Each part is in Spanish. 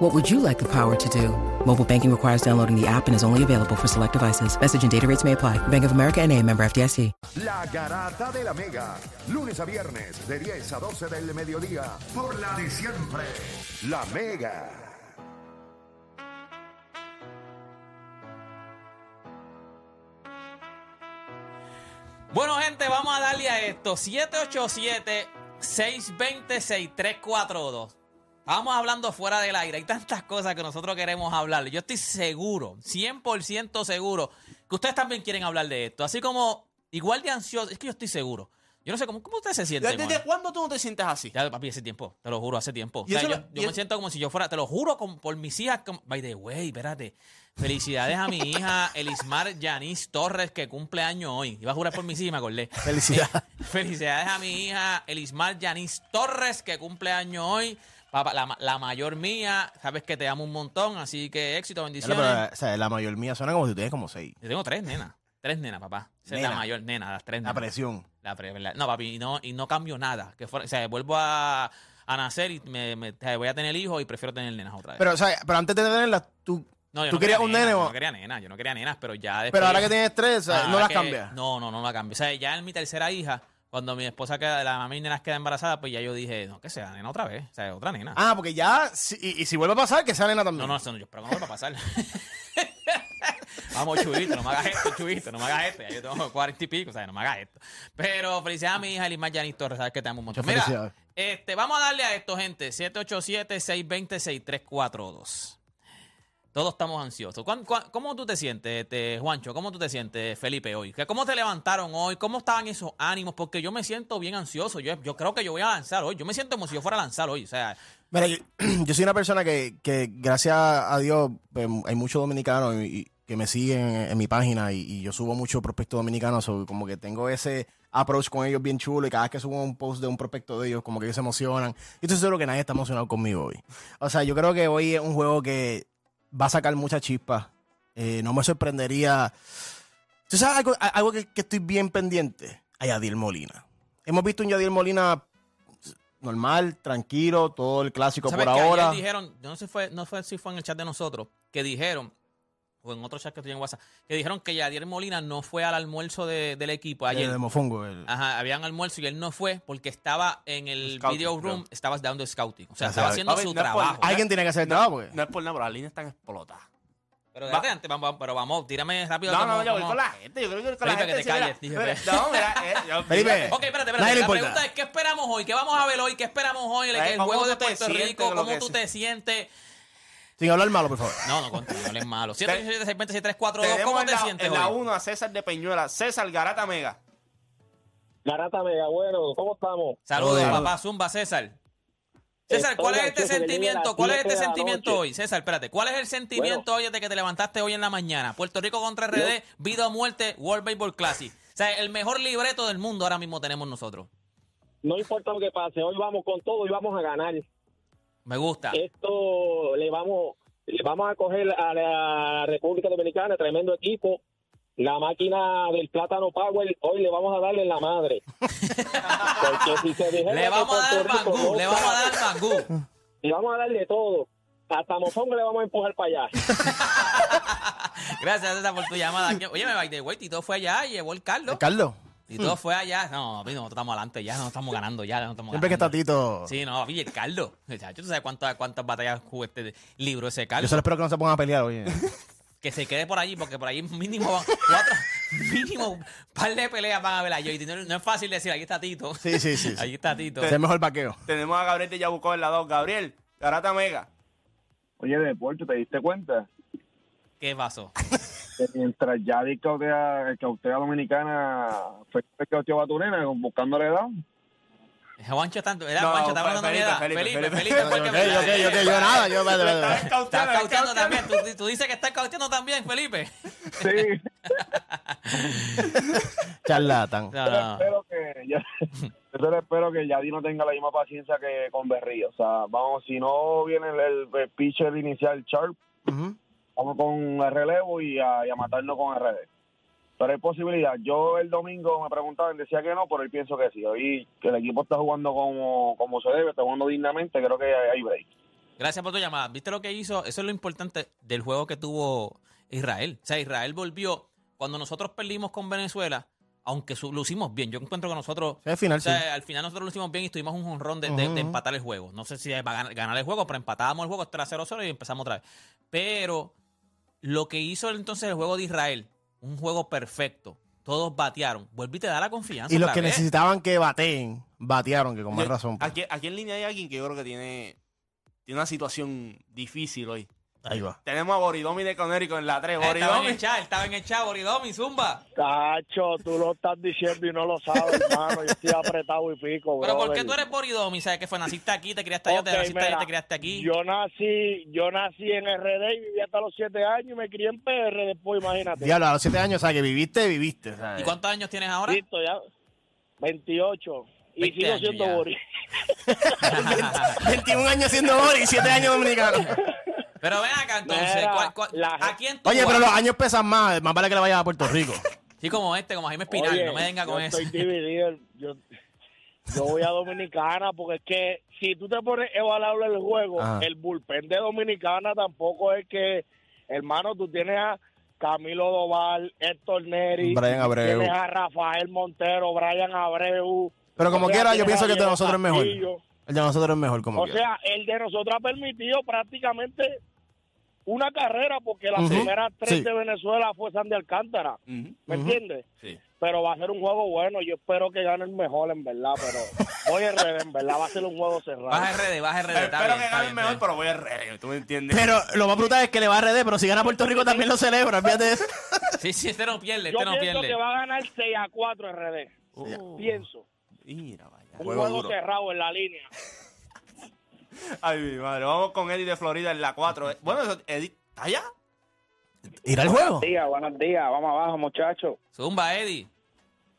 What would you like the power to do? Mobile banking requires downloading the app and is only available for select devices. Message and data rates may apply. Bank of America and a member FDIC. La Garata de la Mega. Lunes a viernes de 10 a 12 del mediodía. Por la de siempre. La Mega. Bueno, gente, vamos a darle a esto. 787-620-6342. Vamos hablando fuera del aire. Hay tantas cosas que nosotros queremos hablar. Yo estoy seguro, 100% seguro, que ustedes también quieren hablar de esto. Así como, igual de ansioso, es que yo estoy seguro. Yo no sé cómo, cómo ustedes se sienten. ¿Desde mano? cuándo tú no te sientes así? Ya, papi, hace tiempo, te lo juro, hace tiempo. O Y sea, eso yo lo- y yo me es- siento como si yo fuera, te lo juro, con- por mis hijas. como- by the way, espérate. Felicidades a mi hija Elismar Yanis Torres, que cumple año hoy. Iba a jurar por mis hijas y me acordé. Felicidades. felicidades a mi hija Elismar Yanis Torres, que cumple año hoy. Papá, la, ma- la mayor mía, sabes que te amo un montón, así que éxito, Ya, bendiciones. pero, o sea, la mayor mía suena como si tienes como seis. eh, Yo tengo tres nenas. Tres nenas, papá. Esa es la Nena. mayor nena, las Ah, tres La nenas. presión. La pre- ¿verdad? No, papi, y no, y no cambio nada. Que fuera- o sea, vuelvo a, a nacer y me, me- o sea, voy a tener hijos y prefiero tener nenas otra vez. Pero, o sea, pero antes de tenerlas, tú, no, yo tú no querías quería un nenas, nene. Yo o- no quería nenas, yo no quería nenas, pero ya después... pero ahora que tienes tres, o sea, Ah, no las que- cambias. No, no, no la cambio. O sea, ya en mi tercera hija, cuando mi esposa queda, la mamá y nenas queda embarazada, pues ya yo dije, no, que sea nena otra vez. O sea, otra nena. Ah, porque ya, si- y, y si vuelve a pasar, que sea nena también. No, no, eso no, yo espero que no vuelva a pasar. Vamos, chubito, no me hagas esto, chubito, no me hagas esto. Ya yo tengo cuarenta y pico, o sea, no me hagas esto. Pero felicidades a mi hija Elimar Yanis Torres, sabes que te amo un montón. Muchas Mira, felicidades. este, vamos a darle a esto, gente. 787-620-6342. Todos estamos ansiosos. ¿Cuán- cuán- ¿Cómo tú te sientes, este, Juancho? ¿Cómo tú te sientes, Felipe, hoy? ¿Qué- ¿Cómo te levantaron hoy? ¿Cómo estaban esos ánimos? Porque yo me siento bien ansioso. Yo, yo creo que yo voy a lanzar hoy. Yo me siento como si yo fuera a lanzar hoy. O sea, Mira, yo, yo soy una persona que, que gracias a Dios, pues, hay muchos dominicanos y- y que me siguen en, en mi página y, y yo subo mucho prospectos dominicanos. o como que tengo ese approach con ellos bien chulo y cada vez que subo un post de un prospecto de ellos, como que ellos se emocionan. Y estoy seguro que nadie está emocionado conmigo hoy. O sea, yo creo que hoy es un juego que va a sacar muchas chispas. Eh, no me sorprendería. ¿Tú sabes algo, a- algo que, que estoy bien pendiente? A Yadier Molina. Hemos visto un Yadier Molina normal, tranquilo, todo el clásico ¿Sabes por que ayer ahora. dijeron, yo no sé, fue, no fue si fue en el chat de nosotros, que dijeron, o en otro chat que estoy en WhatsApp, que dijeron que Yadier Molina no fue al almuerzo de- del equipo El ayer. Ah, de Mofongo, Eh, el- Ajá, habían almuerzo y él no fue porque estaba en el Scouting, video room, creo. estaba dando scouting. O sea, Ya estaba sabes. haciendo Papi, su no es por- Ah, trabajo. Alguien tiene que hacer el trabajo, porque- No es por nada, pero las líneas están explotadas. Pero espérate, antes, vamos, pero vamos, tírame rápido. No, cómo- no, yo voy cómo- con la gente. Yo creo que voy con la gente. Felipe, que te sí, mira, calles, dije, pues. mira, Felipe. No, mira, eh, yo- Felipe. fíjate. Ok, espérate, espérate. Nadie le La importa. pregunta es, ¿qué esperamos hoy? ¿Qué vamos a ver hoy? ¿Qué esperamos hoy? El, Eh, el ¿cómo juego tú de te Puerto sientes Rico, con lo ¿cómo que tú es? te sientes? Sin hablar malo, por favor. No, no, contigo, no es malo. 787 620 Tenemos ¿cómo en te la- sientes En la hoy? 1 a César de Peñuela. César Garata Mega. Garata Mega, bueno, ¿cómo estamos? Saludos, Saludos. papá Zumba César. César, Estoy ¿cuál es ansioso este eh, que llegue sentimiento? las ¿Cuál es 7 este de la sentimiento noche. hoy? César, espérate. ¿Cuál es el sentimiento hoy de que te levantaste hoy en la mañana? Puerto Rico contra RD, vida o muerte, World Baseball Classic. O sea, el mejor libreto del mundo ahora mismo tenemos nosotros. No importa lo que pase, hoy vamos con todo y vamos a ganar. Me gusta. Eh, Esto le vamos le vamos a coger a la República Dominicana, tremendo equipo. La máquina del plátano Power, hoy le vamos a darle en la madre. Porque si se dijera Le que vamos a dar eh, Puerto Rico bangú, no le vamos a está- dar bangú. Le vamos a darle todo. Hasta Mofongo le vamos a empujar para allá. Gracias, César, por tu llamada. Oye, me by the way, Tito fue allá y llevó el Carlos. Carlos, Y todo fue allá. No, papi, nosotros estamos adelante ya, no estamos ganando ya, no estamos siempre que está ganando. Tito. Sí, no, papi, el Carlos. Chacho, ¿tú sabes cuántas, cuántas batallas jugó este libro ese Yo Carlos? solo espero que no se pongan a pelear, oye. que se quede por allí, porque por allí mínimo van cuatro, mínimo un par de peleas van a ver allí. Y no, no es fácil decir, aquí está Tito. Sí, sí, sí. Allí sí. está Tito. Es el mejor vaqueo. Tenemos a Gabriel de Yabucó en la 2. Gabriel, Garata Mega. Oye, Deporte, ¿te diste cuenta? ¿Qué pasó? Que mientras ya di cautea, cautea dominicana fue que cauteó Baturena buscándole down. Eh, Juancho está, ¿verdad? No, Juancho está Felipe, hablando mierda. Felipe, Felipe, Felipe, Felipe. fue el Ok, que- ok, ok, yo nada. Yo, vale, vale, vale. Estás Estás cauteando, cauteando estás también. Tú, tú dices que estás cauteando también, Felipe. Sí, Charlatan. No, no, no. espero que ya, yo solo espero que Yadi no tenga la misma paciencia que con Berrío. O sea, vamos, si no viene el, el, el pitcher inicial Sharp, Ujú. vamos con el relevo y a, y a matarnos con el relevo. Pero hay posibilidad. Yo el domingo me preguntaban, decía que no, pero hoy pienso que sí. Hoy que el equipo está jugando como, como se debe, está jugando dignamente, creo que hay break. Gracias por tu llamada. ¿Viste lo que hizo? Eso es lo importante del juego que tuvo Israel. O sea, Israel volvió. Cuando nosotros perdimos con Venezuela, aunque su- lucimos bien, yo encuentro que nosotros. Sí, al final o sea, sí. al final nosotros lucimos bien y tuvimos un jonrón de, de- de Ujú, ujú. empatar el juego. No sé si va a ganar, ganar el juego, pero empatábamos el juego, era 0-0 y empezamos otra vez. Pero lo que hizo entonces el juego de Israel, un juego perfecto. Todos batearon. Vuelve y te da la confianza. Y los otra que vez. necesitaban que bateen, batearon, que con más razón. pues. Aquí, aquí en línea hay alguien que yo creo que tiene, tiene una situación difícil hoy. Ahí va. Tenemos a Boridomi de Conérico en la 3. Ah, Estaba en Boridomi. el chat, estaba en el chat, Boridomi, Zumba. Cacho, tú lo estás diciendo y no lo sabes, hermano. Yo estoy apretado y pico, Pero ¿por brother. qué tú eres Boridomi? ¿Sabes que fue? Naciste aquí, te criaste allá, Ok, te naciste allá, mira, te criaste aquí. Yo nací, yo nací en RD y viví hasta los siete años y me crié en PR después, pues, imagínate. Diablo, a los siete años, o sea, que viviste, viviste. o sea, ¿Y cuántos años tienes ahora? Listo, ya. 28. Y 20 sigo años siendo ya. Boris. 21 años siendo Boris y 7 años dominicano. pero ven acá entonces, Mira, ¿cuál- cuál- la- ¿a quién tú Oye, pero vas? los años pesan más. Más vale que le vayas a Puerto Rico. Sí, como este, como Jaime Espinal, Oye, no me venga yo con eso. Estoy dividido. Yo, yo voy a Dominicana porque es que si tú te pones evaluable el juego, Ajá. el bullpen de Dominicana tampoco es que, hermano, tú tienes a Camilo Doval, Héctor Neri, Brian Abreu. tienes a Rafael Montero, Brian Abreu. Pero como O sea, quiera, yo tienes pienso a que el de Diego nosotros es mejor. Castillo. El de nosotros es mejor, como O quiera. sea, el de nosotros ha permitido prácticamente una carrera porque las Ujú. primeras tres Sí. de Venezuela fue Sandy Alcántara. Ujú, ¿Me Ujú. entiendes? sí. Pero va a ser un juego bueno. Yo espero que gane el mejor, en verdad. Pero voy a RD, en verdad. Va a ser un juego cerrado. Baja RD, baja RD. está Espero bien, que está ganen bien, mejor, está pero voy a re, tú me entiendes. Pero lo más brutal es que le va a RD, pero si gana Puerto Rico también lo celebra, fíjate de eso. bien. Sí, sí, este no pierde, Yo este no pienso pierde. que va a ganar 6 a 4 RD. Oh, Pienso. mira, vaya. Un Juego juego, duro. cerrado en la línea. Ay, mi madre. Vamos con Eddie de Florida en la 4. Bueno, eso- Eddie, ¿está allá? Ir al juego. días, buenos días. Vamos abajo, muchachos. Zumba, Eddie.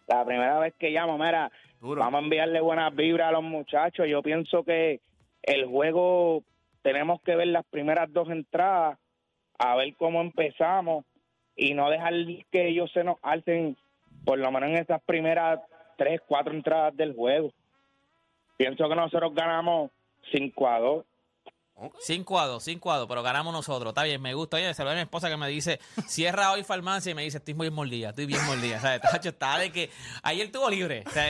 La primera vez que llamo, mira, Duro. vamos a enviarle buenas vibras a los muchachos. Yo pienso que el juego tenemos que ver las primeras dos entradas, a ver cómo empezamos y no dejar que ellos se nos alten, por lo menos en estas primeras tres, cuatro entradas del juego. Pienso que nosotros ganamos 5 a 2. 5 a 2, 5 a 2, pero ganamos nosotros. Está bien, me gusta. Oye, saludé a mi esposa que me dice, cierra hoy farmacia y me dice, estoy muy mordida, estoy bien mordida. O sea, tacho, está de que ayer tuvo libre. O sea,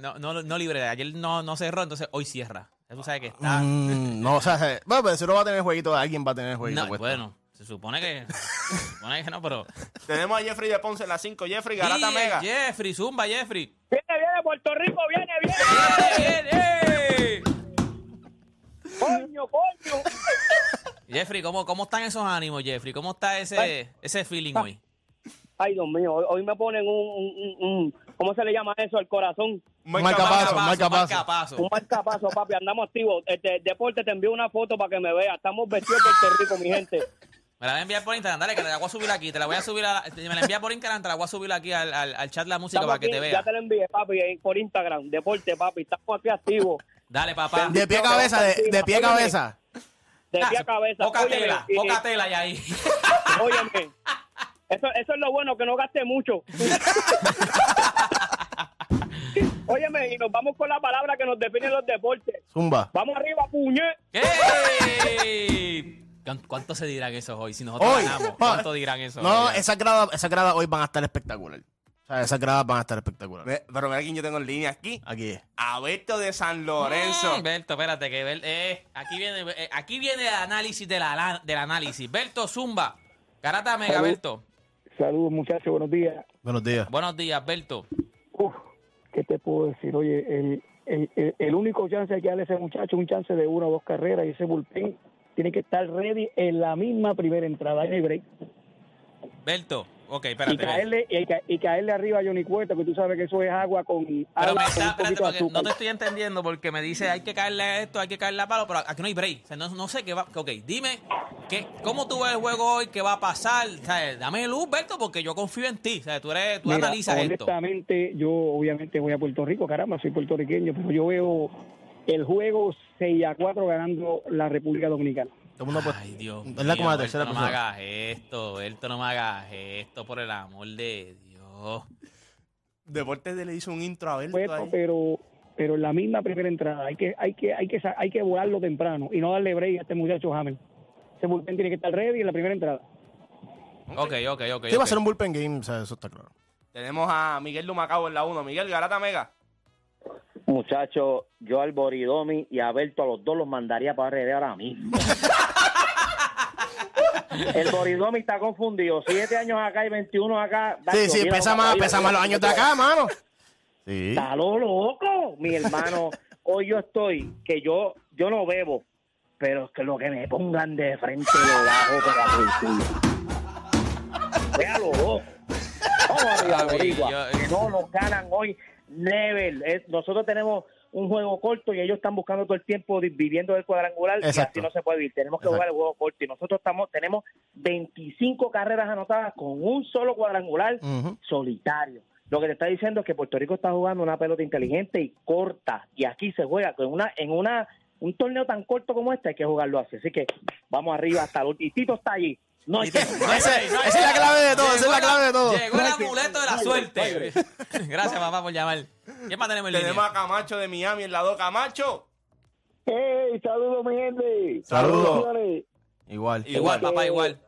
no, no, no libre, ayer no, no cerró, entonces hoy cierra. Ya Tú sabes que está... Mm, no, o sea, se- bueno, pero si uno va a tener jueguito, alguien va a tener jueguito. No, puesto. bueno, se supone que, se supone que no, pero... Tenemos a Jeffrey de Ponce en la 5. Jeffrey, Y Garata el Mega. Jeffrey, zumba Jeffrey. Viene, viene, Puerto Rico. Viene, viene. ¡Bien, bien, bien! Coño, coño. Jeffrey, ¿cómo, ¿cómo están esos ánimos, Jeffrey? ¿Cómo está ese, ese feeling hoy? Ay, Dios mío, hoy, me ponen un, ¿cómo se le llama eso? El corazón. Un marcapaso, un marcapaso. Un marcapaso, papi, andamos activos. Este, deporte, te envío una foto para que me vea. Estamos vestidos de Puerto Rico, mi gente. Me la voy a enviar por Instagram, dale, que te la voy a subir aquí. Te la voy a subir, a la- me la envía por Instagram, te la voy a subir aquí al, al, al chat la música Estamos para que aquí, te vea. ya te lo envié, papi, eh, por Instagram. Deporte, papi, estamos aquí activos. Dale, papá. De pie a cabeza, de, de pie a cabeza. De pie Ah, a cabeza. Poca Óyeme, tela, y- poca tela ya ahí. óyeme. Eso, eso es lo bueno, que no gaste mucho. óyeme, y nos vamos con la palabra que nos definen los deportes. Zumba. Vamos arriba, puñet. ¡Ey! ¿Cuán- ¿Cuánto se dirán esos hoy? Si nosotros Hoy. ganamos, pa- ¿cuánto dirán eso? No, hoy? esas gradas, esas gradas hoy van a estar espectaculares. O sea, esas gradas van a estar espectaculares. Ve- Pero mira quién yo tengo en línea aquí. Aquí es. Aberto de San Lorenzo. Eh. Lorenzo. Berto, espérate, que Bel- eh, aquí viene eh, aquí viene el análisis de la- la- del análisis. Berto Zumba. Garata Mega, Salud. Berto. Saludos, muchachos, buenos días. Buenos días. Buenos días, Berto. Uf, ¿qué te puedo decir? Oye, el, el, el, el único chance que darle a ese muchacho, un chance de una o dos carreras, y ese bullpen tiene que estar ready en la misma primera entrada, en el break. Berto. Ok, Y espérate. Berto. caerle, y, ca- y caerle arriba a Johnny Cueto, que tú sabes que eso es agua con, Pero agua me con está, un espérate, poquito de porque no azúcar. te estoy entendiendo porque me dice hay que caerle a esto, hay que caerle a palo, pero aquí no hay break. O sea, no, no sé qué va. Ok, dime ¿Qué, ¿Cómo tú ves el juego hoy? ¿Qué va a pasar? ¿Sabes? Dame luz, Berto, porque yo confío en ti. ¿Sabes? Tú, eres, tú Mira, analizas esto. honestamente, yo obviamente voy a Puerto Rico, caramba, soy puertorriqueño, pero yo veo el juego 6 a 4 ganando la República Dominicana. Todo el mundo pues, Ay, Dios ¿verdad? Como la mío, tercera Berto, No me persona. hagas esto, Berto, no me hagas esto, por el amor de Dios. Deportes le hizo un intro a Berto Pues, Bueno, ahí. pero pero en la misma primera entrada hay que hay que hay que sa- hay que volarlo temprano y no darle break a este muchacho Hamel. Ese bullpen tiene que estar ready en la primera entrada. Ok, ok, ok. Sí, va a ok. ser un bullpen game, o sea, eso está claro. Tenemos a Miguel Lumacao en la 1. Miguel Garata Mega. Muchachos, yo al Boridomi y a Berto a los dos los mandaría para RD ahora mismo. El Boridomi está confundido. Siete años acá y 21 acá. Sí, sí, pesa más, pesa más los años de acá, mano. Sí. Está lo loco, mi hermano. Hoy yo estoy, que yo yo no bebo, pero es que lo que me pongan de frente lo bajo para el culo. Vea lo loco. Vamos arriba, Ay, boricua, yo- que no nos ganan hoy. Never. Es- nosotros tenemos un juego corto y ellos están buscando todo el tiempo di- viviendo del cuadrangular Exacto. y así no se puede vivir. Tenemos que Exacto. jugar el juego corto y nosotros estamos tenemos 25 carreras anotadas con un solo cuadrangular Ujú. solitario. Lo que te está diciendo es que Puerto Rico está jugando una pelota inteligente y corta y aquí se juega con una en una un torneo tan corto como este hay que jugarlo así. Así que vamos arriba hasta el último. Y Tito está allí. No hay que Ese- esa es la clave de todo, esa es la clave de todo. Llegó el amuleto de la suerte. Gracias, papá, por llamar. ¿Qué más tenemos en Tenemos línea? a Camacho de Miami en la 2. Camacho. ¡Hey! ¡Saludos, mi gente! Saludos. Señores, Igual. Igual, Tengo papá, que- igual.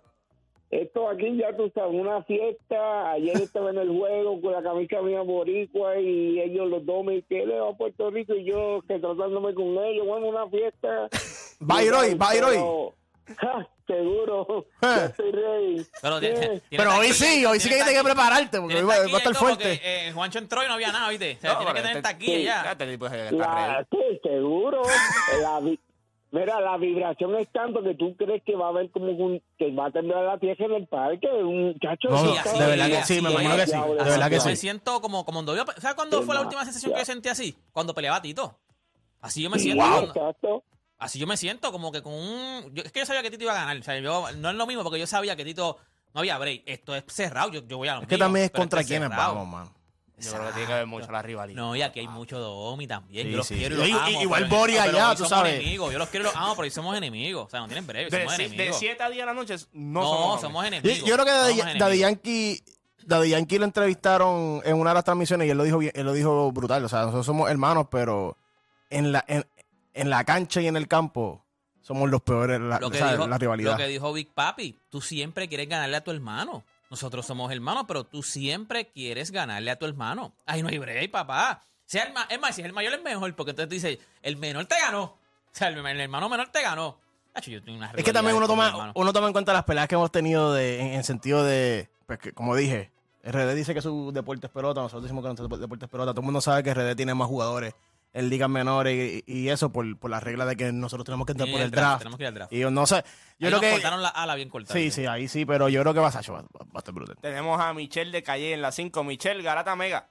Esto aquí ya tú sabes, una fiesta. Ayer estaba en el juego con la camisa mía boricua y ellos los dos me que le va a Puerto Rico y yo que tratándome con ellos. Bueno, una fiesta. Bayroy, Bayroy. Pero- Ja, seguro. Eh. Ya estoy ready. Pero, Sí. tiene- tiene Pero taquilla, hoy sí, hoy sí que tienes que tiene taquilla. prepararte porque hoy Tiene va, va taquilla a estar y todo, fuerte. porque, eh, Juancho entró y no había nada, ¿viste? O sea, No, tiene que pero tener este- taquilla ya. Este tipo es el que está La, ready. sí, seguro. La vi- mira, la vibración es tanto que tú crees que va a haber como un, que va a temblar la tierra en el parque. Un chacho. No, eso de está- así verdad que es, sí, me así imagino que es. sí. De Así verdad que yo me sí. siento como, como cuando yo... ¿Sabes cuándo Sí, fue la ma, última sensación que ya. yo sentí así? Cuando peleaba Tito. Así yo me siento. Wow. cuando- Exacto. así yo me siento, como que con un... yo- es que yo sabía que Tito iba a ganar. O sea, yo, no es lo mismo porque yo sabía que Tito... No había break. Esto es cerrado. Yo, yo voy a lo Es que mío, también es pero contra esto es quienes cerrado. vamos, mano. Yo creo que tiene que ver mucho la rivalidad. No, y aquí hay mucho Domi también. Sí, yo los sí, quiero y sí. los Y- y- amo. igual pero- Boria pero allá, hoy tú somos sabes. enemigos. Yo los quiero y los amo, pero hoy somos enemigos. O sea, no tienen breve, De, somos si- de enemigos. 7 a 10 de la noche no, no, somos, somos enemigos. Yo, yo creo que Daddy, Somos Daddy enemigos. Yankee, Daddy Yankee lo entrevistaron en una de las transmisiones y él lo dijo bien- él lo dijo brutal. O sea, nosotros somos hermanos, pero en la, en, en la cancha y en el campo somos los peores, la, Lo que, o sea, dijo, la rivalidad. lo que dijo Big Papi, tú siempre quieres ganarle a tu hermano. Nosotros somos hermanos, pero tú siempre quieres ganarle a tu hermano. Ay, no hay break, papá. Sea el ma- es más, si es el mayor es mejor, porque entonces te dice, el menor te ganó. O sea, el, el hermano menor te ganó. Tacho, yo tengo una es que también rivalidad uno con mi toma, hermano. uno toma en cuenta las peleas que hemos tenido de, en, en sentido de, pues, que, como dije, RD dice que su deporte es pelota, nosotros decimos que nuestro deporte es pelota. Todo el mundo sabe que RD tiene más jugadores en ligas menores y, y eso por, por la regla de que nosotros tenemos que entrar Sí, por el el draft. Tenemos que ir al draft. Y yo no sé, yo Ahí creo nos que... cortaron la ala bien cortada. Sí, sí, ahí sí, pero yo creo que va a ser, va, va a estar brutal. Tenemos a Michelle de Calle en la 5. Michelle Garata Mega.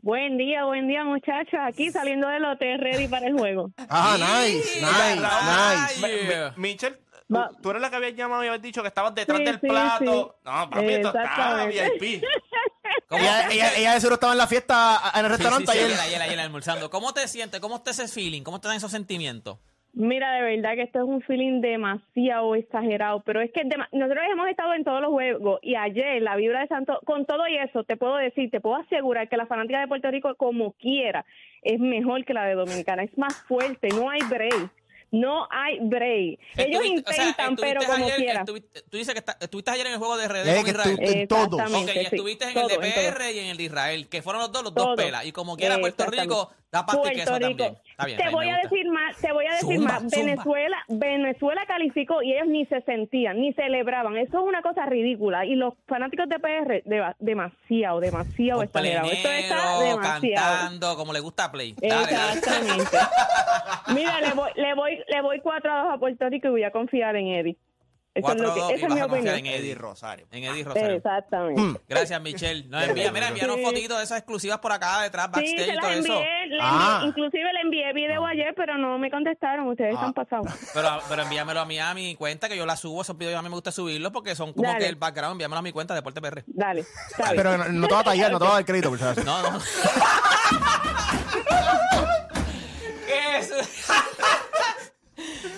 Buen día, buen día, muchachos. Aquí saliendo del hotel, ready para el juego. Ah, nice, nice, nice. Raúl. Mi- Yeah. mi- Michelle, Va- tú eres la que habías llamado y habías dicho que estabas detrás Sí, del sí, plato. sí. No, papi, esto está Exactamente. VIP. ¿Cómo Ella, ella, ella de seguro estaba en la fiesta, en el Sí, sí, restaurante sí, ayer. ayer, ayer, ayer almorzando. ¿Cómo te sientes? ¿Cómo está ese feeling? ¿Cómo están esos sentimientos? Mira, de verdad que esto es un feeling demasiado exagerado, pero es que es dema- nosotros hemos estado en todos los juegos y ayer la vibra de Santo, con todo y eso, te puedo decir, te puedo asegurar que la fanática de Puerto Rico, como quiera, es mejor que la de Dominicana, es más fuerte, no hay break, no hay break. Ellos Estuviste- o sea, intentan, pero estuviste como ayer- quiera. estuviste- tú dices que está- estuviste ayer en el juego de RD Eh, con que Israel. estu- en todos. Ok, Exactamente, y estuviste sí, en el E de todo, en todo. PR y en el de Israel, que fueron los dos, los Todo. dos pelas. Y como quiera, Puerto Exactamente. Rico da pasta y queso Puerto Rico. también. Está bien, te ahí me voy a gusta. decir más, te voy a decir Zumba, más. zumba. Venezuela, Venezuela calificó y ellos ni se sentían, ni celebraban. Eso es una cosa ridícula. Y los fanáticos de PR, deba- demasiado, demasiado Con exagerado. Esto está plenero, demasiado. cantando, como le gusta a Play. Dale, dale. Exactamente. Mira, le voy, le voy, le voy cuatro a dos a Puerto Rico y voy a confiar en Eddie. Eso es lo que, 4-2 esa y es vas mi a confiar en opinión. Eddie Rosario. En Eddie Rosario. Exactamente. Gracias, Michelle. Nos Sí. envía, mira, envíanos fotitos de esas exclusivas por acá detrás, Sí, backstage se y todo las eso. envié, le envié- Ah. inclusive le envié video ayer, pero no me contestaron, ustedes Ah. se han pasado. Pero, pero envíamelo a mí, a mi cuenta, que yo la subo. Esos videos a mí me gusta subirlos porque son como Dale. que el background. Envíamelo a mi cuenta, Deporte PR. Dale. bien. Pero no, no te va a tallar, no te va a dar crédito, por si acaso. No, no. ¿Qué es?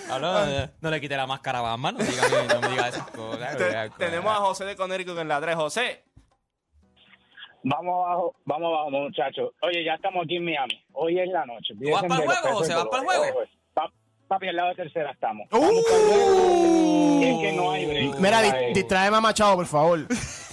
Hablo, eh, no le quite la máscara a Batman, no, diga, no me diga esas cosas. Te- vea, tenemos a José de Conérico en la 3. José, Vamos abajo, vamos abajo, muchachos. Oye, ya estamos aquí en Miami. Hoy es la noche. ¿Tú vas pa'l juego, José? ¿Vas pa'l juego? Papi, al lado de tercera estamos. ¡Uh! Y es que no hay break. Mira, No hay- di- distráeme a Machado, por favor.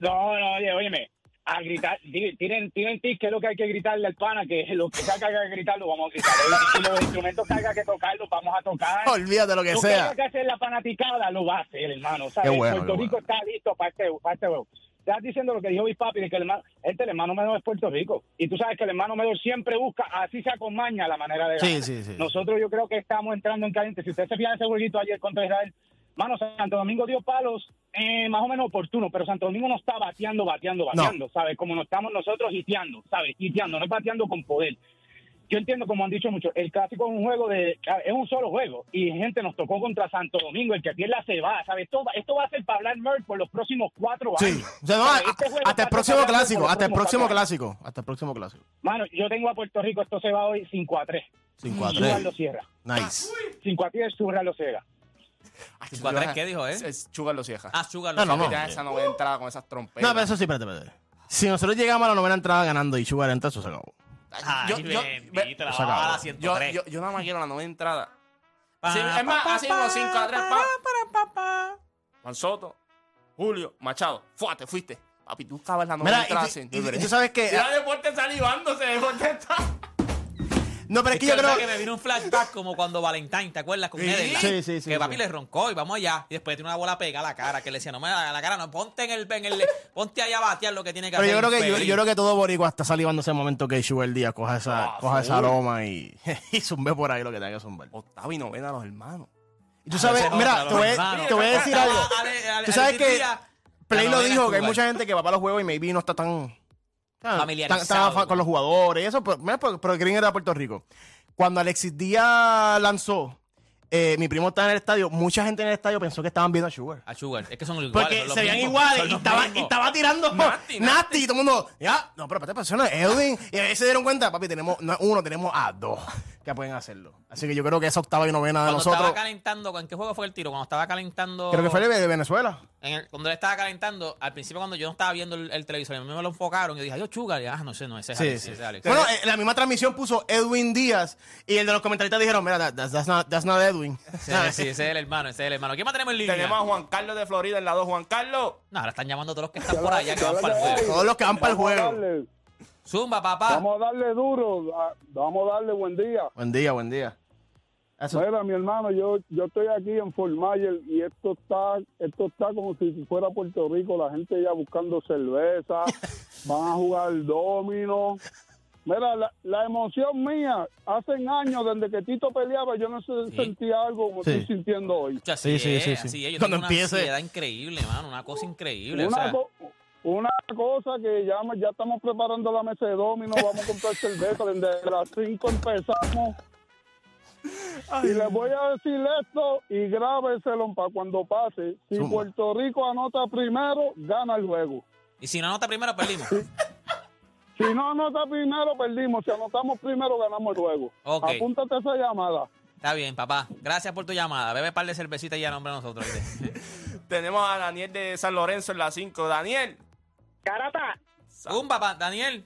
No, no, oye, óyeme. A gritar, di- tienen, tienen tips que es lo que hay que gritarle al pana, que lo que salga que hay que gritar lo vamos a gritar. Y los instrumentos que haya que tocar los vamos a tocar. Olvídate lo que sea. haya que hacer la fanaticada lo va a hacer, hermano. ¿sabes? Qué bueno, Puerto qué Rico está listo para este, para este juego. Estás diciendo lo que dijo mi papi, de que el hermano, este el hermano menor es Puerto Rico. Y tú sabes que el hermano menor siempre busca, así sea con maña, la manera de Sí, ganar. sí, sí. Nosotros yo creo que estamos entrando en caliente. Si ustedes se fijan ese jueguito ayer contra Israel, mano, Santo Domingo dio palos eh, más o menos oportunos, pero Santo Domingo no está bateando, bateando, bateando, ¿sabes? Como nos estamos nosotros hiteando, ¿sabes? Hiteando, no es bateando con poder yo entiendo, como han dicho muchos, el clásico es un juego de. Es un solo juego. Y gente nos tocó contra Santo Domingo. El que pierda se va, ¿sabes? Esto, va- esto va a ser para hablar Merck por los próximos cuatro años. Sí. O sea, no, ¿Sabes? a- Este juego hasta el está próximo para hablar por clásico, los hasta el próximos próximo cuatro años. clásico. Hasta el próximo clásico. Mano, yo tengo a Puerto Rico, esto se va hoy 5 a 3. 5 a Churras lo 3. cierra. Nice. 5 a 3, Churras lo cierra. ¿Cinco a tres qué dijo, eh? Chugar lo cieja. Ah, Sugar No, no, lo sabe. no. Ya esa novena entrada con esas trompetas. No, pero eso sí, espérate, espérate. Si nosotros llegamos a la novena entrada ganando y Sugar entra, eso se acabó. Ay, Yo- yo- bendito, la se bajaba acabó. a la Yo, 103. yo, yo nada más quiero la novena entrada. Pa, Sí, es más, pa, así unos 5 a 3. Pa. pa, pa, pa. Juan Soto, Julio, Machado. Fuate, fuiste. Papi, tú estabas la novena Mira, y, entrada. tú- sin- y- y tú sabes que. Mira, deporte salivándose, deporte está. No, pero es que Es yo que creo. que me vino un flashback como cuando Valentine, ¿te acuerdas? Con Sí. Nederland. Sí, sí, sí, Que sí. papi le roncó y vamos allá. Y después tiene una bola pegada a la cara. Que le decía, no me da la cara, no, ponte en el, en el- ponte allá a batear lo que tiene que Pero hacer. yo creo que yo, infeliz". yo creo que todo boricua está salivando ese momento que Sugar Díaz coja esa, Ah, coja esa seguro. aroma y, y zumbe por ahí lo que tenga que zumbar. Octava y novena, los hermanos. Y tú sabes, Oh, Ese es mira, otro, te voy, hermano. te voy a decir algo. Ale- Ale- Tú sabes Alexis que Díaz, Play la lo novena dijo, que hay Stuart. mucha gente que va para los juegos y maybe no está tan tan- Familiarizado. tan- tan afa- con los jugadores y eso, pero, mira, pero, pero Green era de Puerto Rico. Cuando Alexis Díaz lanzó, eh, mi primo estaba en el estadio, mucha gente en el estadio pensó que estaban viendo a Sugar. A Sugar. Es que son iguales. Porque son los se veían mismos, iguales son y los estaba, y mismos. estaba tirando Nasty, nasty, y todo el mundo, ya, no, pero espérate, persona, Edwin, y ahí se dieron cuenta, papi, tenemos, no es uno, tenemos a dos que pueden hacerlo. Así que yo creo que esa octava y novena de Cuando nosotros, estaba calentando, ¿en qué juego fue el tiro? Cuando estaba calentando. creo que fue de Venezuela. en el- cuando él estaba calentando, al principio cuando yo no estaba viendo el, el televisor, a mí me lo enfocaron y yo dije, ay, yo Sugar. Y, ah, no sé, no, ese es Alexis, ese es Alexis. Bueno, eh, la misma transmisión puso Edwin Díaz y el de los comentaristas dijeron, mira, that- that's, that's not, that's not Edwin. Sí, sí, ese es el hermano, ese es el hermano. ¿Quién más tenemos en línea? Tenemos a Juan Carlos de Florida en la 2. Juan Carlos. No, ahora están llamando a todos los que están por allá que van para el juego. Todos los que van para el juego. darle, Zumba, papá. a darle duro, a- vamos a darle buen día. Buen día, buen día. Eso- Mira, mi hermano, yo, yo estoy aquí en Fort Myers y esto está, esto está como si fuera Puerto Rico, la gente ya buscando cerveza, van a jugar domino. Mira, la, la emoción mía, hace años desde que Tito peleaba, yo no sé, Sí. sentía algo como Sí. estoy sintiendo hoy. Mucho Sí, así sí, es, sí, sí. así es. Yo Cuando tengo empiece. una ansiedad increíble, mano, una cosa increíble. o Una, sea, co- una cosa que ya, me- ya estamos preparando la mesa de domino, vamos a comprar cerveza, desde las 5 empezamos. Y les voy a decir esto y grábeselo para cuando pase. Si Zumba. Puerto Rico anota primero, gana el juego. y si no anota primero, perdimos. Si no anota primero, perdimos. Si anotamos primero, ganamos el juego. Ok. Apúntate esa llamada. Está bien, papá. Gracias por tu llamada. Bebe un par de cervecitas y ya nombre a nosotros. ¿viste? Tenemos a Daniel de San Lorenzo en la 5. Daniel. Carata, Zumba, papá. Daniel.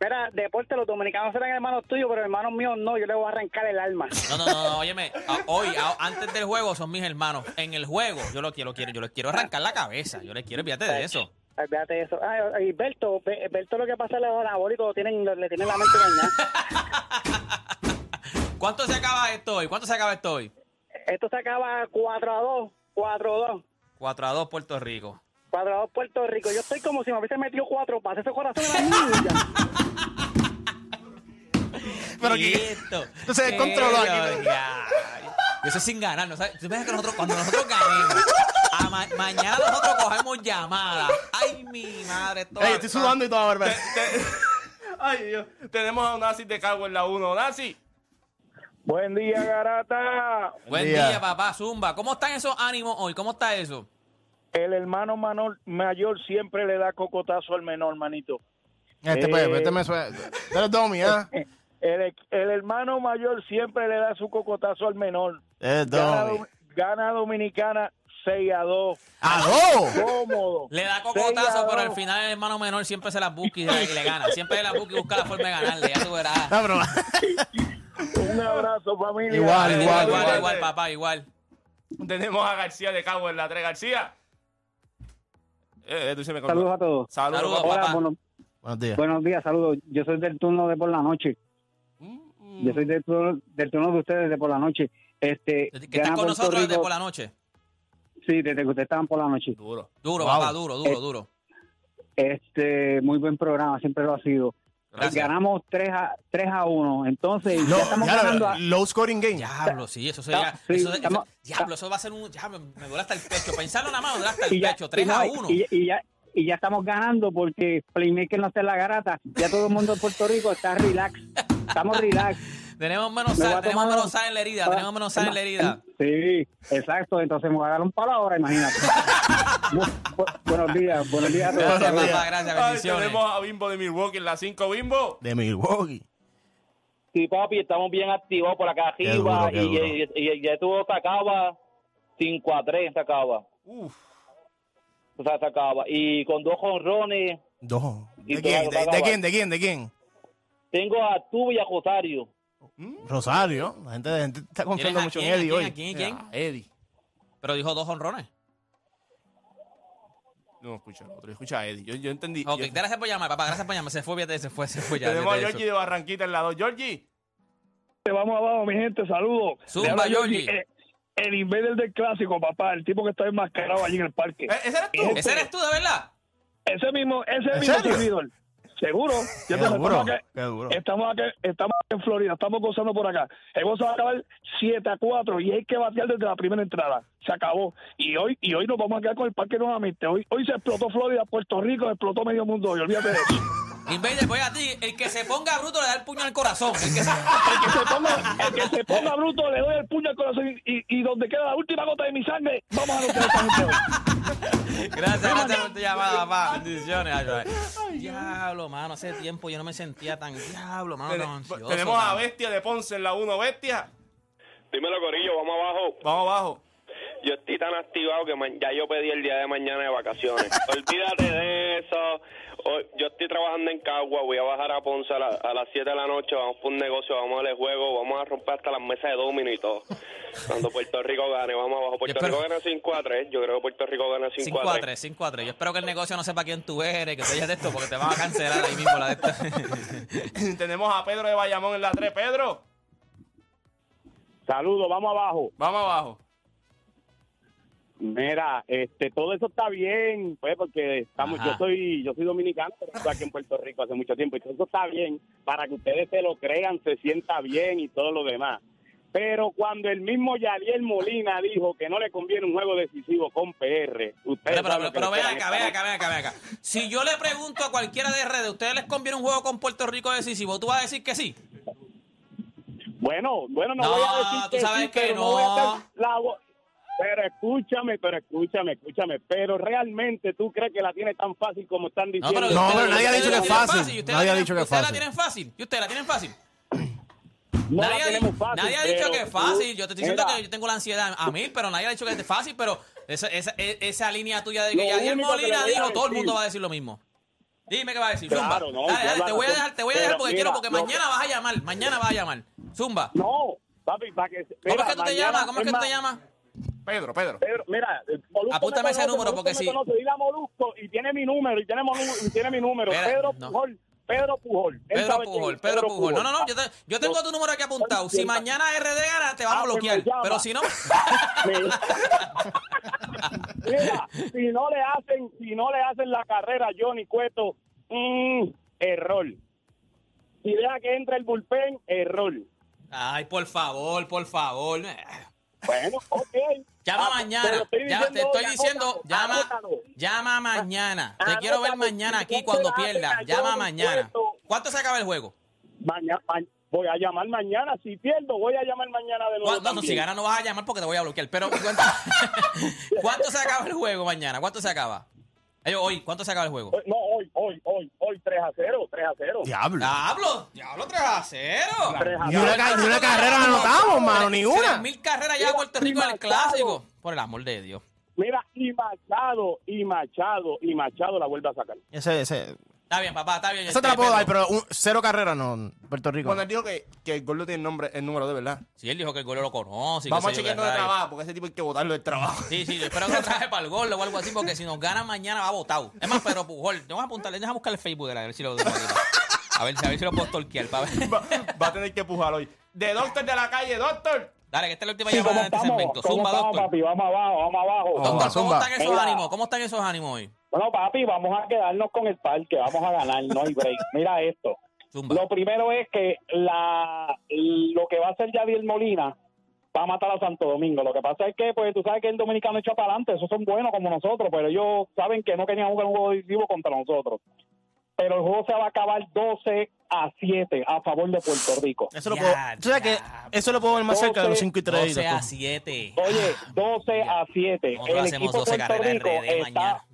mira, deporte, los dominicanos serán hermanos tuyos, pero hermanos míos no. Yo le voy a arrancar el alma. No, no, no, no, óyeme. A- Hoy, a- antes del juego, son mis hermanos. En el juego, yo lo quiero, quiero, yo les quiero arrancar la cabeza. Yo les quiero, fíjate de eso. Olvídate de eso. Ah, y Berto, Be- Berto lo que pasa es que los anabólicos lo tienen, lo- le tienen la mente dañada. ¿Cuánto se acaba esto hoy? ¿Cuánto se acaba esto hoy? Esto se acaba 4 a 2, 4 a 2. 4 a 2 Puerto Rico. Cuadrado Puerto Rico. Yo estoy como si me hubiese metido cuatro pases. Ese corazón era mío. Pero que- Listo. Entonces, descontroló aquí, Pero ya. Y eso es sin ganar. ¿no sabes? Tú ves que nosotros, cuando nosotros ganemos, a ma- mañana nosotros cogemos llamadas. Ay, mi madre, todo. Ey, estoy sudando y toda barba. Ay, Dios. Tenemos a Onassis de Cargo en la 1. Onassis. Buen día, garata. Buen Buen día. día. papá, Zumba. ¿Cómo están esos ánimos hoy? ¿Cómo está eso? El hermano Manol- mayor siempre le da cocotazo al menor, manito. Este, pues, este me suena. Tú eres Domi, ¿ah? El, ex- el hermano mayor siempre le da su cocotazo al menor. Eres Gana, Domi. Dom- gana Dominicana 6 a 2. ¡A dos! Cómodo. Le Seis da a cocotazo, pero dos. al final el hermano menor siempre se las busca y, y le gana. Siempre se las busca y busca la forma de ganarle. Ya tú verás. No, pero- Un abrazo, familia. Igual, igual, igual. igual, igual, papá, igual. Tenemos a García de Cabo en la 3. García. Eh, eh, tú se me colgó. Saludos a todos. Saludos, Saludos, papá. Hola, papá. buenos, Buenos días. buenos días, saludos. Yo soy del turno de por la noche. Yo soy del turno, del turno de ustedes de por la noche. Este, Que están gana con Puerto nosotros Rico. desde por la noche. Sí, desde que ustedes estaban por la noche. Duro. Duro, Wow. papá, duro, Eh, duro, duro. Este, muy buen programa, siempre lo ha sido. Gracias. Ganamos 3 a, 3 a 1. Entonces, Lo- ya estamos ya, ganando a- low scoring game. Diablo, sí, eso Ta- sería. sí, eso, eso- estamos- diablo, eso va a ser un. Ya, me, me duele hasta el pecho. Pensarlo nada más, me duele hasta y el ya, pecho. 3 y no, a 1. Y, y ya, y ya estamos ganando porque Playmaker no está en la garata. Ya todo el mundo en Puerto Rico está relax. Estamos relax. Tenemos menos Me voy sal, a tenemos tomar- menos sal en la herida, tenemos menos sal en la herida. Ah, Sí, exacto. Entonces me voy a dar un palo ahora, imagínate. Bu- bu- buenos días, buenos días a todos. Gracias, Buenos días. papá, gracias, Ay, bendiciones. tenemos a Bimbo de Milwaukee en la 5. Bimbo. De Milwaukee. Sí, papi, estamos bien activados por acá Qué arriba. duro, qué y, duro. y- y- y ya tuvo Sacaba 5 a 3, Sacaba. Uf. O sea, Sacaba. Y con dos jonrones, Dos. Y ¿De te quién? la- ¿De, la- de la- quién? ¿De quién? ¿De quién? tengo a tú y a Rosario. Rosario. La gente, la gente está ¿Quién confiando es a mucho en quién, a Eddie quién, hoy. a quién, a quién? Ah, Eddie. Pero dijo dos honrones. No, escucha el otro. Escucha a Eddie. Yo, yo entendí. Ok, Yo- gracias por llamar, papá, gracias por llamar. Se fue, fíjate, se fue, se fue ya. tenemos a olvídate de Georgie de Barranquita en la 2. Georgie. Vamos abajo, mi gente, saludos. Zumba, Le habla Georgie. eh, El invader del clásico, papá, el tipo que está enmascarado allí en el parque. Eh, ¿Ese eres tú? eso. Ese eres tú, de verdad. Ese mismo, ese ¿En mismo serio? servidor. Seguro. Qué Yo te- duro. estamos acá- Qué duro. Estamos aquí, estamos aquí en Florida, estamos gozando por acá. El gozo va a acabar 7 a 4 y hay que batear desde la primera entrada. Se acabó. Y hoy y hoy nos vamos a quedar con el parque nuevamente. Hoy hoy se explotó Florida, Puerto Rico, se explotó medio mundo. Y olvídate de eso. Invader, voy a ti. El que se ponga bruto le da el puño al corazón. El que se... El que se ponga, el que se ponga bruto, le doy el puño al corazón y, y- y donde queda la última gota de mi sangre, vamos a lo que hoy. Gracias, gracias por tu llamada, papá. Bendiciones. Ay, ay. Diablo, mano, hace tiempo yo no me sentía tan diablo, mano, tan Tene- ansioso. Tenemos a tan- Bestia de Ponce en la 1. Bestia. Dímelo, Corillo, vamos abajo. Vamos abajo. Yo estoy tan activado que man- ya yo pedí el día de mañana de vacaciones. Olvídate de eso. Hoy- yo estoy trabajando en Cagua, voy a bajar a Ponce a, la- a las 7 de la noche, vamos por un negocio, vamos al juego, vamos a romper hasta las mesas de domino y todo. Cuando Puerto Rico gane, vamos abajo. Puerto espero- Rico gana 5 a 3, yo creo que Puerto Rico gana 5 5 a a 3. 3, 5 a 3. Yo espero que el negocio no sepa quién tú eres, que te hayas de esto, porque te van a cancelar ahí mismo la de esto. tenemos a Pedro de Bayamón en la 3. Pedro. Saludos, vamos abajo. Vamos abajo. Mira, este, todo eso está bien, pues, porque estamos, Ajá. yo soy, yo soy dominicano, pero estoy aquí en Puerto Rico hace mucho tiempo y todo eso está bien para que ustedes se lo crean, se sienta bien y todo lo demás. Pero cuando el mismo Yadiel Molina dijo que no le conviene un juego decisivo con PR, ustedes Pero, pero, saben pero, lo que pero le ven esperan acá, esta ven noche. acá, ven acá, ven acá. Si yo le pregunto a cualquiera de redes, ¿ustedes les conviene un juego con Puerto Rico decisivo? ¿Tú vas a decir que sí? Bueno, bueno, no, No, voy a decir tú que sabes sí, que pero no. voy a hacer la vo- pero escúchame, pero escúchame, escúchame. Pero realmente tú crees que la tiene tan fácil como están No, diciendo. pero, No, ustedes- pero nadie ha ustedes dicho la que es tienen fácil. y ustedes Nadie ha la tienen- dicho que es ustedes la fácil. tienen fácil. ¿Y ustedes la tienen fácil? No nadie, la ha- tenemos fácil. nadie ha pero dicho que es tú- fácil. Yo te estoy diciendo Mira, que yo tengo la ansiedad a mí, pero nadie ha dicho que es fácil. Pero esa, esa, e- esa línea tuya de que Lo Yadier único que le Molina voy a dijo, todo el decir- mundo va a decir lo mismo. Dime qué va a decir. Zumba. Claro, no, yo dale, dale, la te voy a razón. dejar, te voy a dejar Pero porque mira, quiero, porque lo que- mañana vas a llamar. Mañana vas a llamar. Zumba. No, papi, para que. ¿Cómo mira, es que tú te mañana- llamas? ¿Cómo es que tú más, te llamas? Pedro, Pedro. Pedro, mira, eh, Molusco Apúntame me ese conoce, número, Molusco porque me sí. conoce, dile a Molusco y tiene mi número y tiene, Molu- y tiene mi número. Espera, Pedro no. Pujol, Pedro Pujol. Él Pedro sabe quién es, Pujol, Pedro Pujol. No, no, no, yo, te- yo tengo tu número aquí apuntado. pues Si mañana RD gana, te van a Ah, pues me bloquear. llama. Pero si no, Mira, si no le hacen, si no le hacen la carrera a Johnny Cueto, mm, error. Si deja que entre el bullpen, error. Ay, por favor, por favor. Eh, Bueno, ok. Llama Ah, mañana. lo estoy Ya, te diciendo estoy hoy, diciendo, anótalo, llama, anótalo. Ah, llama mañana. Te Anótalo, quiero ver mañana aquí porque cuando la pierda. pena yo Llama no mañana. ¿Cuánto se acaba el juego? Mañana, voy a llamar mañana. Si pierdo, voy a llamar mañana de nuevo. Cu- No, no, si también. ganas no vas a llamar porque te voy a bloquear. Pero ¿cuánto, ¿cuánto se acaba el juego mañana? ¿Cuánto se acaba? Eh, hoy, ¿cuánto se acaba el juego? Pues, No, hoy, hoy, hoy, hoy 3 a 0, 3 a 0. Diablo. Diablo, diablo 3 a 0. Ni una, ca- ni una carrera la anotamos, mano, ni una. mil carreras ya a Puerto Rico en el clásico. Por el amor de Dios. Mira, y Machado, y Machado, y Machado la vuelve a sacar. Ese, ese, Está bien, papá, está bien. esa te la puedo dar, pero un- cero carreras no, Puerto Rico. Cuando él dijo que, que el gordo tiene nombre, el número de verdad. Si él dijo que el gol lo conoce. y Vamos qué a sé yo chequearlo qué de rayos. trabajo, porque ese tipo hay que botarlo del trabajo. Sí, sí, yo espero que lo traje para el gol o algo así, porque si nos gana mañana va votado. Es más, pero Pujol, te vas a apuntarle, deja buscar el Facebook de la a ver si lo A ver, a ver si lo puedo torquear para ver. Va a tener que pujar hoy. De doctor de la calle, doctor. Dale, que esta es la última Sí, ¿cómo llamada de este estamos? segmento. ¿Cómo Zumba, estamos, doctor. papi? Vamos abajo, vamos abajo. Doctor, ¿cómo Zumba. están esos Venga. ánimos? ¿Cómo están esos ánimos hoy? Bueno, papi, vamos a quedarnos con el par que vamos a ganar, no hay break. Mira esto. Zumba. Lo primero es que la lo que va a hacer Javier Molina va a matar a Santo Domingo. Lo que pasa es que, pues, tú sabes que el dominicano echa para adelante. Esos son buenos como nosotros, pero ellos saben que no querían jugar un juego decisivo contra nosotros. Pero el juego se va a acabar 12 a 7 a favor de Puerto Rico. Eso lo puedo. Tú sabes que eso lo puedo ver más cerca de los 5 y 3. 12 a 7. Oye, 12 a 7. Nosotros El hacemos equipo 12 Puerto carreras Rico RD está, mañana.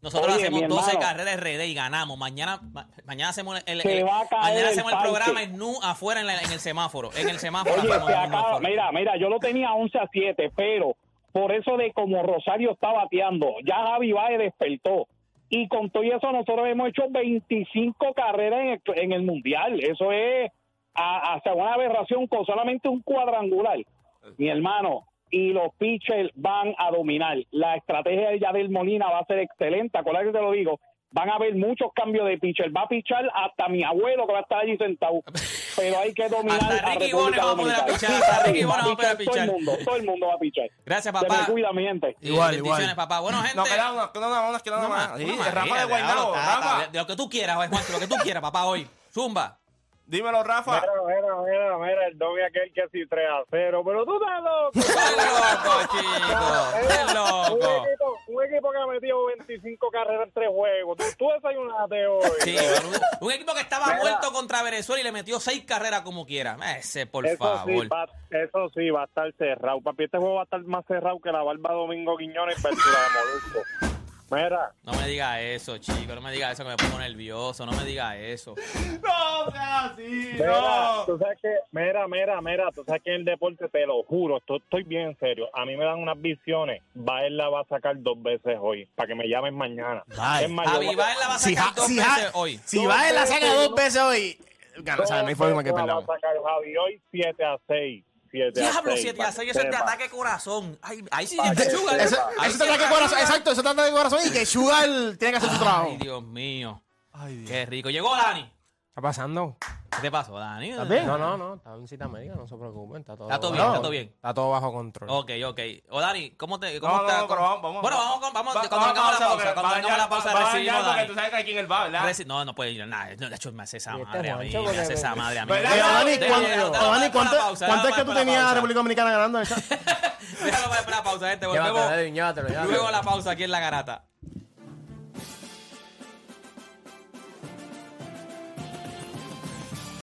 Nosotros Oye, hacemos mi 12 hermano. carreras RD y ganamos. Mañana ma- mañana hacemos el, el- Se el- va a caer mañana el hacemos el parche. programa en nu afuera en, la- en el semáforo. En el semáforo Oye, hacemos se el acaba. semáforo. Mira, mira, yo lo tenía 11 a 7, pero por eso de como Rosario está bateando, ya Javi Baez despertó. Y con todo y eso, nosotros hemos hecho 25 carreras en el, en el Mundial. Eso es a- hasta una aberración con solamente un cuadrangular, mi hermano. Y los pitchers van a dominar. La estrategia de Yadier Molina va a ser excelente. Acuérdate que te lo digo. Van a haber muchos cambios de pitcher. Va a pichar hasta mi abuelo que va a estar allí sentado. Pero hay que dominar Hasta a Ricky República Bones va a poder Dominicana. pichar, Sí, hasta papi, Ricky va Bones va a poder pichar. Todo el mundo, todo el mundo va a pichar. Gracias, Se papá. me cuida mi gente. Y Igual, bendiciones, igual. papá. Bueno, gente. Nos queda una, queda una, nos queda una no más. más, Sí, no más, Rafa de mira, Guaynabo, diablo, ta- ta- Rafa. De lo que tú quieras, Juan, de lo que tú quieras, papá, hoy. Zumba. Dímelo, Rafa. Mira, mira, mira, mira, el doble aquel que si 3 a 0, pero tú estás loco. ¡Qué loco, chico! Un ¡Qué loco! equipo, un equipo que ha metido 25 carreras en tres juegos. Tú, tú desayunaste hoy. Sí, un, un equipo que estaba muerto contra Venezuela y le metió seis carreras como quiera. Ese, por Eso favor. sí, va, eso sí, va a estar cerrado. Papi, este juego va a estar más cerrado que la barba Domingo Quiñones versus la de Molusco. Mira, no me diga eso, chico. No me diga eso que me pongo nervioso. No me diga eso. No, sea así, mira, no. tú sabes que, mira, mira, mira, tú sabes que en el deporte, te lo juro, esto- estoy bien en serio. A mí me dan unas visiones. Va, él la va a sacar dos veces hoy, para que me llamen mañana. Bye. Es más, yo voy a- Avivar la va a Si, sacar Ja- dos si, veces Ja- hoy. si Dos va en la veces, saca dos ¿no? veces hoy, gana. O sea, no hay forma que Dos veces la perdamos. Va a sacar Javi hoy 7 a 6. 7 a Diablo, 6, 7 a 6, eso para es que de sepa. ataque corazón. Ay, ahí sí Pa' Ah, que que Sugar. sepa. Eso, Ahí eso sí te Ah, ataca que el corazón. Sugar. Exacto, eso te ataca el corazón. Y que Sugar tiene que hacer su trabajo. Ay, Dios mío. Ay, Dios. Qué rico. Llegó Dani. está pasando? ¿Qué te pasó, Dani? ¿Estás bien? No, no, no. Está en cita médica, no se preocupen. Está todo, Está todo bien, está todo bien. Está todo bajo control. Ok, ok. O Dani, ¿cómo te No, cómo no, está? no, pero vamos- vamos- bueno, vamos, con- vamos, Va- cuando vamos hagamos a la pausa, porque cuando va a hagamos la dañar- pausa va a recibimos dañar a Porque Dani. tú sabes que aquí en el bar, ¿verdad? Reci- no, no puede ir. Nada, no, de hecho, me hace esa Y este madre a mí. Juancho, Me hace porque- esa madre a mí. ¿Verdad, Pero, Déjalo, Dani, déjalo, Eh, ¿cuán- déjalo, pero, Dani, déjalo para la ¿cuánto, pausa, cuánto es déjalo que tú para la tenías a pausa. República Dominicana ganando? Déjalo para para la pausa, gente. Llévatelo, Volvemos Edwin, llévatelo, llévatelo. luego a la pausa aquí en la garata.